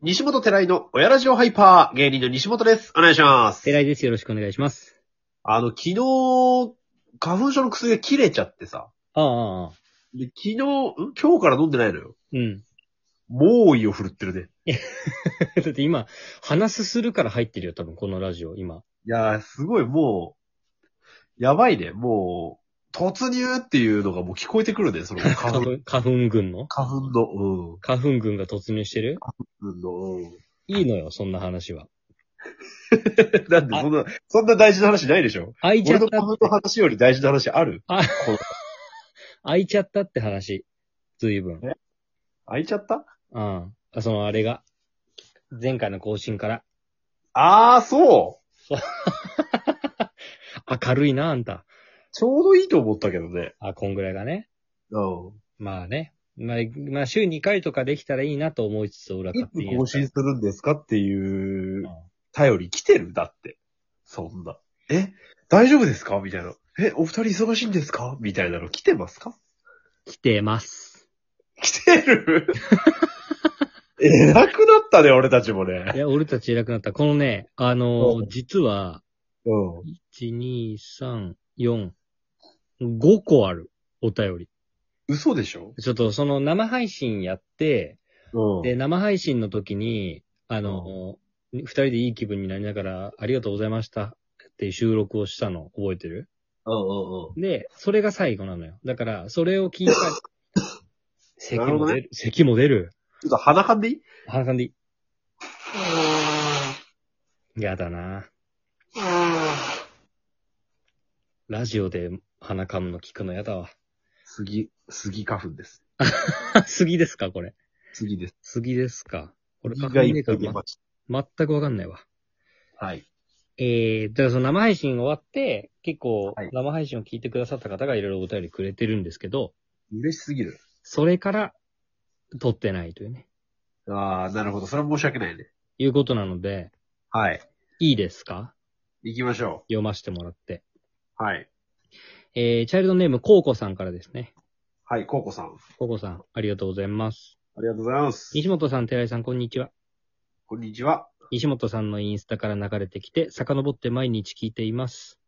西本寺井の親ラジオハイパー、芸人の西本です。お願いします。寺井です。よろしくお願いします。あの、昨日、花粉症の薬が切れちゃってさ。ああああ、ああで昨日、ん今日から飲んでないのよ。うん。猛威を振るってるね。 だって今、話すするから入ってるよ、多分、このラジオ、今。いやー、すごい、もう、やばいね。もう、突入っていうのがもう聞こえてくるね、 その花粉、花粉、花粉群の花粉の、うん。花粉群が突入してる花粉の、うん。いいのよ、そんな話は。なんで、そんな、そんな大事な話ないでしょ開いちゃ俺ったの、花粉の話より大事な話あるあこの開いちゃったって話。ずいぶん。え開いちゃったうん。あその、あれが。前回の更新から。あー、そう。明るいな、あんた。ちょうどいいと思ったけどね。あ、こんぐらいがね。うん。まあね。まあ、まあ、週2回とかできたらいいなと思いつつ、俺は勝手いつにや更った新するんですかっていううん頼り来てるだって。そんな。え大丈夫ですかみたいな。えお二人忙しいんですかみたいなの来てますか来てます。来て る偉くなったね、俺たちもいね。や、俺たち偉くなった。このね、あのうー、実は、うん。 1、2、3、4、5個ある。お便り。嘘でしょちょっとその生配信やって、うん。で、生配信の時に、あの、二人でいい気分になりながら、ありがとうございましたっていう収録をしたの覚えてるうんうんうん。で、それが最後なのよ。だから、それを聞いた 咳なるほもど出ねる。咳も出る。ちょっと鼻かんでいい鼻かんでいいやだなラジオで鼻かむの聞くのやだわ。 杉、杉花粉です。杉ですかこれ。杉です。杉ですか。これ杉確が認いねっえぱからい出ましま全くわかんないわ。た。はい。えー、だからその生配信終わって、結構はい生配信を聞いてくださった方がいろいろお便りくれてるんですけど、嬉しすぎる。それから撮ってないというね、ああ、なるほど。それは申し訳ないね。いうことなので、はい。いいですか行きましょ読ませてもらって。う。はい。えー、チャイルドネーム、コウコさんからですね。はい、コウコさん。コウコさん、ありがとうございます。ありがとうございます。西本さん、寺井さん、こんにちは。こんにちは。西本さんのインスタから流れてきて、遡って毎日聞いています。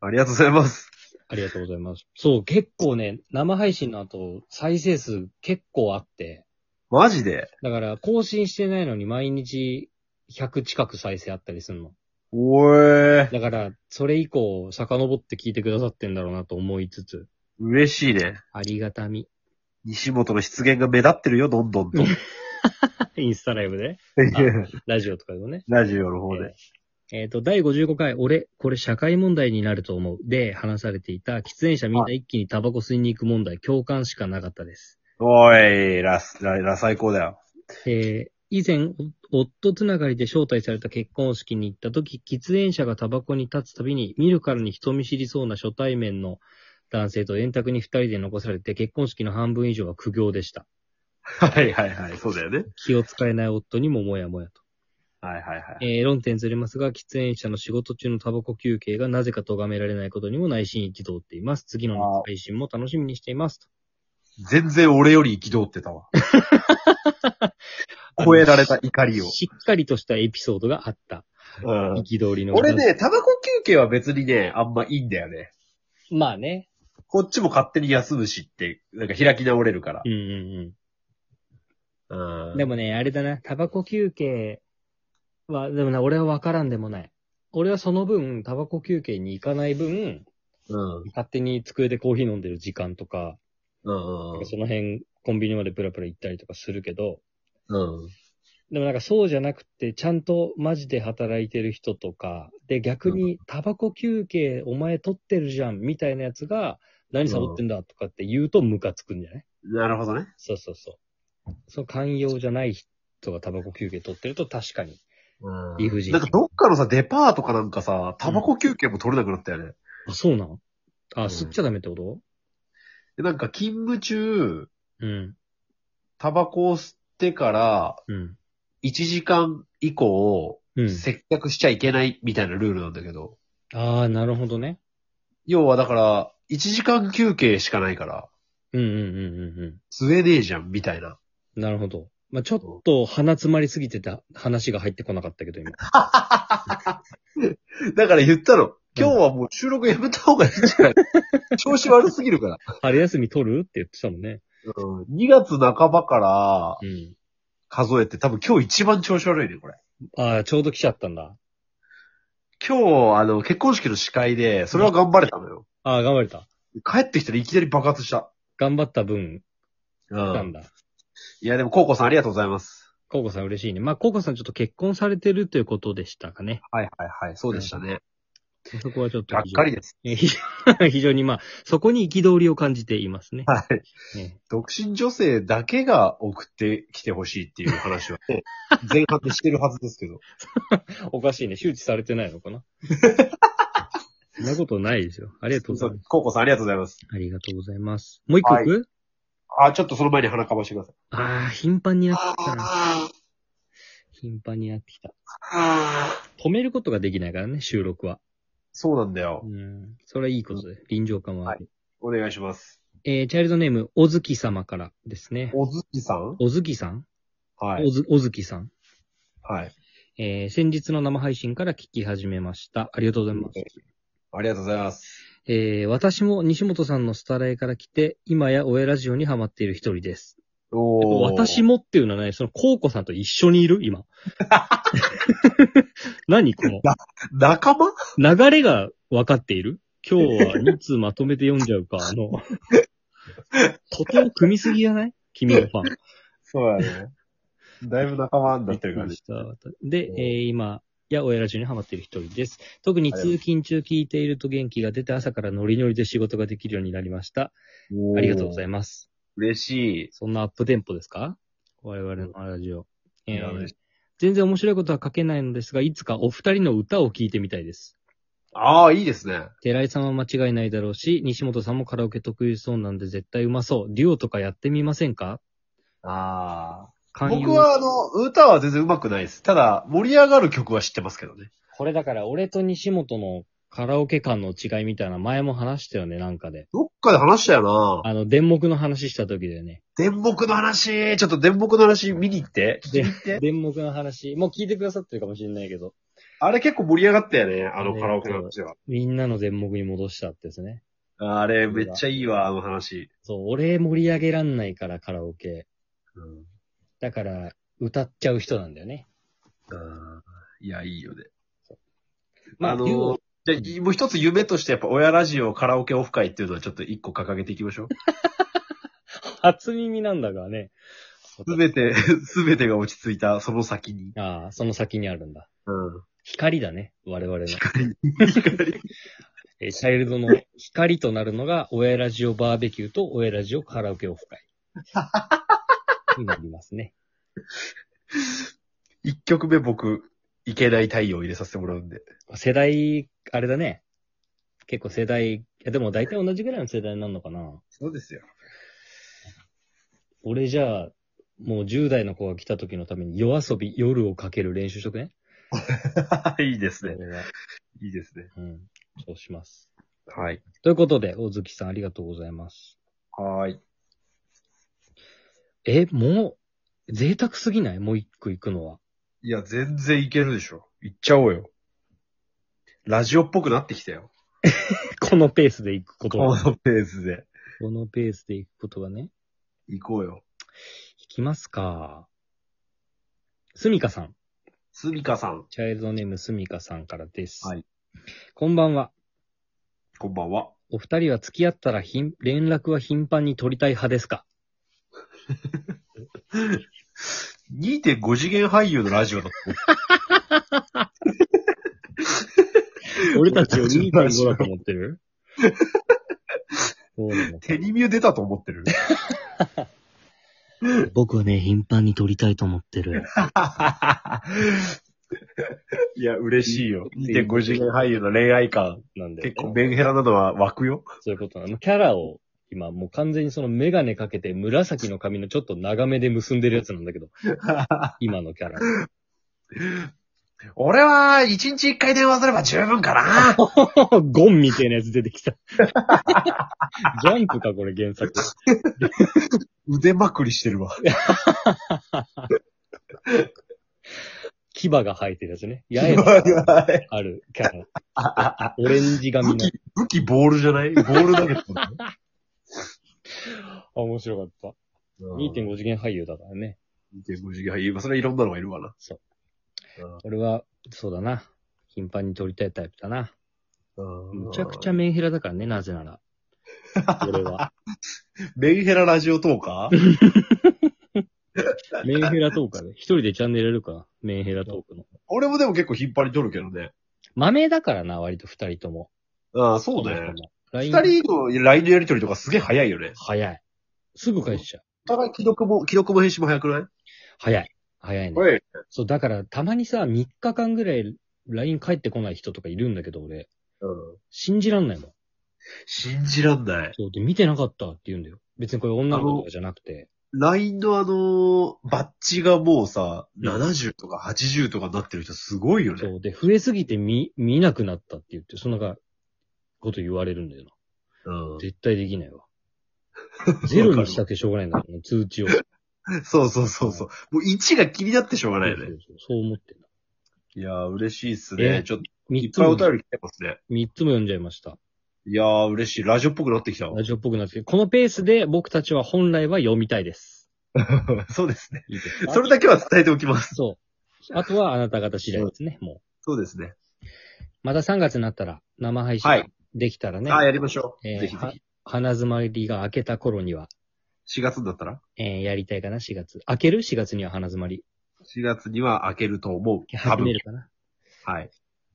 ありがとうございます。ありがとうございます。そう、結構ね、生配信の後、再生数結構あって、マジでだから更新してないのに毎日100近く再生あったりするの。おえ。だから、それ以降、遡って聞いてくださってんだろうなと思いつつ、嬉しいね。ありがたみ。西本の出現が目立ってるよ、どんどんと。インスタライブで、ラジオとかでもね。 ラジオの方で。えっ、と、第55回、俺、これ社会問題になると思う。で、話されていた、喫煙者みんな一気にタバコ吸いに行く問題、共感しかなかったです。おい、ラス、ラ、ラ最高だよ。えー以前、お夫つながりで招待された結婚式に行った時、喫煙者がタバコに立つたびに、見るからに人見知りそうな初対面の男性と円卓に二人で残されて、結婚式の半分以上は苦行でした。はいはいはい、そうだよね。気を使えない夫にももやもやと。はいはいはい。えー論点ずれますが、喫煙者の仕事中のタバコ休憩がなぜか咎められないことにも内心憤っています。次の配信も楽しみにしています。全然俺より憤って たわ。超えられた怒りを。しっかりとしたエピソードがあった。うん、憤りの。俺。ね、タバコ休憩は別にね、あんまいいんだよね。まあね。こっちも勝手に休むしって、なんか開き直れるからう。んうんうん。うんでもね、あれだな、タバコ休憩は、でもな、俺は分からんでもない。俺はその分、タバコ休憩に行かない分、うん。勝手に机でコーヒー飲んでる時間とか、うん。うんその辺、コンビニまでプラプラ行ったりとかするけど、うん。でもなんかそうじゃなくて、ちゃんとマジで働いてる人とか、で、逆に、タバコ休憩お前取ってるじゃん、みたいなやつが、何サボってんだとかって言うとムカつくんじゃないなるほどね。そうそうそう。その寛容じゃない人がタバコ休憩取ってると確かに理不尽なんかどっかのさ、デパートかなんかさ、タバコ休憩も取れなくなったよね。あ、そうなのあ、うん吸っちゃダメってことでなんか勤務中、うん。タバコを吸ってから、うん。 1時間以降、うん。接客しちゃいけないみたいなルールなんだけど。ああ、なるほどね。要はだから、1時間休憩しかないから、うんうんうんうんう吸えねえじゃん、みたいな。ん。なるほど。まあ、ちょっと鼻詰まりすぎてた話が入ってこなかった けど、今。だから言ったろ。今日はもう収録やめた方がいいんじ ゃない調子悪すぎるから。春休み取るって言ってたもんね。うん、2月半ばからうん。数えて、多分今日一番調子悪いね、これ。ああ、ちょうど来ちゃったんだ。今日、あの、結婚式の司会で、それは頑張れたのよ。ああ、頑張れた。帰ってきたらいきなり爆発した。頑張った分、う来たんん。だ。いや、でも、コウコさんありがとうございます。コウコさん嬉しいね。まあ、コウコさんちょっと結婚されてるということでしたかね。はいはいはい、そうでしたね。そこはちょっとがっ非常に。かりです。え非常 非常にまあ、そこに憤りを感じていますね。はい。ね独身女性だけが送ってきてほしいっていう話はね、前半でしてるはずですけど。おかしいね。周知されてない のかなそんなことないですよ。ありがとうございます。コウコさんありがとうございます。ありがとうございます。もう一個行く、あ、ちょっとその前に鼻かましてください。ああ、頻繁にやってきたな。頻繁にやってきた。止めることができないからね、収録は。そうなんだよう。ん。それはいいことで、臨場感はある。お願いします。えー、チャイルドネーム、おずき様からですね。おずきさんおずきさんはおい。ず、おずきさん。はい。えー、先日の生配信から聞き始めました。ありがとうございます。ありがとうございます。えー、私も西本さんのスタライから来て、今や親ラジオにハマっている一人です。おー私。もっていうのはね、その、コウコさんと一緒にいる今。 何この、仲間流れが分かっている今日は2通まとめて読んじゃ うか、あの、とても組みすぎじゃない君のファン。そうやね。だいぶ仲間になってるびっ感くじりし。たで、えー今、や、親ラジオにハマっている一人です。特に通勤中聞いていると元気が出て、朝からノリノリで仕事ができるようになりました。ありがとうございまいます。す。嬉しい。そんなアップテンポですか我々のラジオ。えーいや嬉しい全然面白いことは書けないのですが、いつかお二人の歌を聴いてみたいです。ああ、いいですね。寺井さんは間違いないだろうし、西本さんもカラオケ得意そうなんで絶対うまそう。デュオとかやってみませんかああ。勧誘僕は、あの、歌は全然上手くないです。ただ、盛り上がる曲は知ってますけどね。これだから俺と西本のカラオケ感の違いみたいな前も話したよね、なんかで。どっかで話したよな。あの、電目の話した時だよね。電木の話、ちょっと電木の話見に行って。聞きに行って。電目の話、もう聞いてくださってるかもしれないけど、あれ結構盛り上がったよね、あのねカラオケの話は。みんなの電目に戻したってですね。あれめっちゃいいわ、あの話。そう、俺盛り上げらんないからカラオケ。だから、歌っちゃう人なんだよね。うんいや、いいよね。まああデュオの、じゃあ、もう一つ夢として、やっぱ親ラジオカラオケオフ会っていうのはちょっと一個掲げていきましょう。初耳なんだがね。すべて、 すべてが落ち着いた、その先に。ああ、その先にあるんだ。うん。光だね。我々の。光。 えーチャイルドの光となるのが、親ラジオバーベキューと親ラジオカラオケオフ 会。になりますね。一曲目僕、いけない太陽を入れさせてもらうんで。世代、あれだね。結構世代、いやでも大体同じぐらいの世代になるのかな。そうですよ。俺じゃあ、もう10代の子が来た時のために夜遊び、夜をかける練習しとくね。 いいですね。俺は。いいですね。うん。そうします。はい。ということで、大月さんありがとうございます。はーい。え、もう、贅沢すぎないもう一個行くのは。いや、全然いけるでしょ。いっちゃおうよ。ラジオっぽくなってきたよ。このペースで行くことこが。のペースで。このペースで行くことがね。行こうよ。行きますか。すみかさん。すみかさん、チャイルドネームすみかさんからです。はい。こんばんは。こんばんは。お二人は付き合ったらひん連絡は頻繁に取りたい派ですか2.5次元俳優のラジ オだった。 俺たちを2.5だと思ってる そうなのテニミュー出たと思ってる。僕はね、頻繁に取りたいと思ってる。 いや、嬉しいよ。2.5次元俳優の恋愛感。なんで。結構、メンヘラなどは湧くよ。そういうことなの。キャラを、今もう完全にそのメガネかけて紫の髪の ちょっと長めで結んでるやつなんだけど、今のキャラ。俺は、一日一回電話すれば十分かな。 ゴンみたいなやつ出てきた。 ジャンプか、これ原作。 腕まくりしてるわ。牙が生えてるやつね。八重歯武あるキャラ。オレンジ髪の。器、 武器ボールじゃないボール投げてた あ、 面白かった。の2.5次元俳優だからね。 2.5次元俳優。まあそれはいろんなのがいるわな。そううん。俺は、そうだな。頻繁に撮りたいタイプだな。うんむちゃくちゃメンヘラだからね、なぜな ら。俺は。メンヘララジオトーカーメンヘラトークで。一人でチャンネルやるか。メンヘラトークの。俺もでも結構頻繁に撮るけどね。豆だからな、割と二人とも。ああ、そうね。。二二人の LINE のやりとりとかすげえ早いよね。早い。すぐ返しちゃう。お互い既読も、既読も返信も早くない早い。早いね。はい。そう、だから、たまにさ、3日間ぐらい LINE 返ってこない人とかいるんだけど、俺。うん。信じらんないもん。信じらんない。そう、で、見てなかったって言うんだよ。別にこれ女の子とかじゃなくて。 LINE のあのーバッジがもうさ、うん70とか80とかになってる人すごいよね。そう、で、増えすぎて見、見なくなったって言って、そんなこと言われるんだよな。うん絶対できな いわ。ゼロにしたくてしょうがないんだもん、通知を。そうそそうそうそう。もう1が気になってしょうがうないよそうね。そうそう思ってんだ。いやー、嬉しいっすえね。ちょっと、い三っつぱいおも、便り来てますね。三つも読んじゃいました。いやー、嬉しい。ラジオっぽくなってきたわラ。ジオっぽくなってきてこのペースで僕たちは本来は読みたいです。 そうですね。いいですかそれだけは伝えておきます。そう。あとはあなた方次第ですね、もそうですね。う。また3月になったら、生配は信いできたらね、ああ、やりましょう。えーぜひぜはひ。花詰まりが明けた頃には、 4月になったらえーやりたいかな、4月。明ける ?4 月には花詰まり。 ?4 月には開けると思う。多始め分る。かな。はい。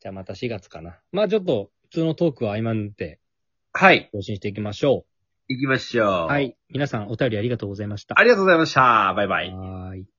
じゃあまた4月かな。まあちょっと、普通のトークは合間縫ってはい。更新していきましょ行きましょう。う。は。い。皆さんお便りありがとうございました。ありがとうございました。バイバイ。はーい。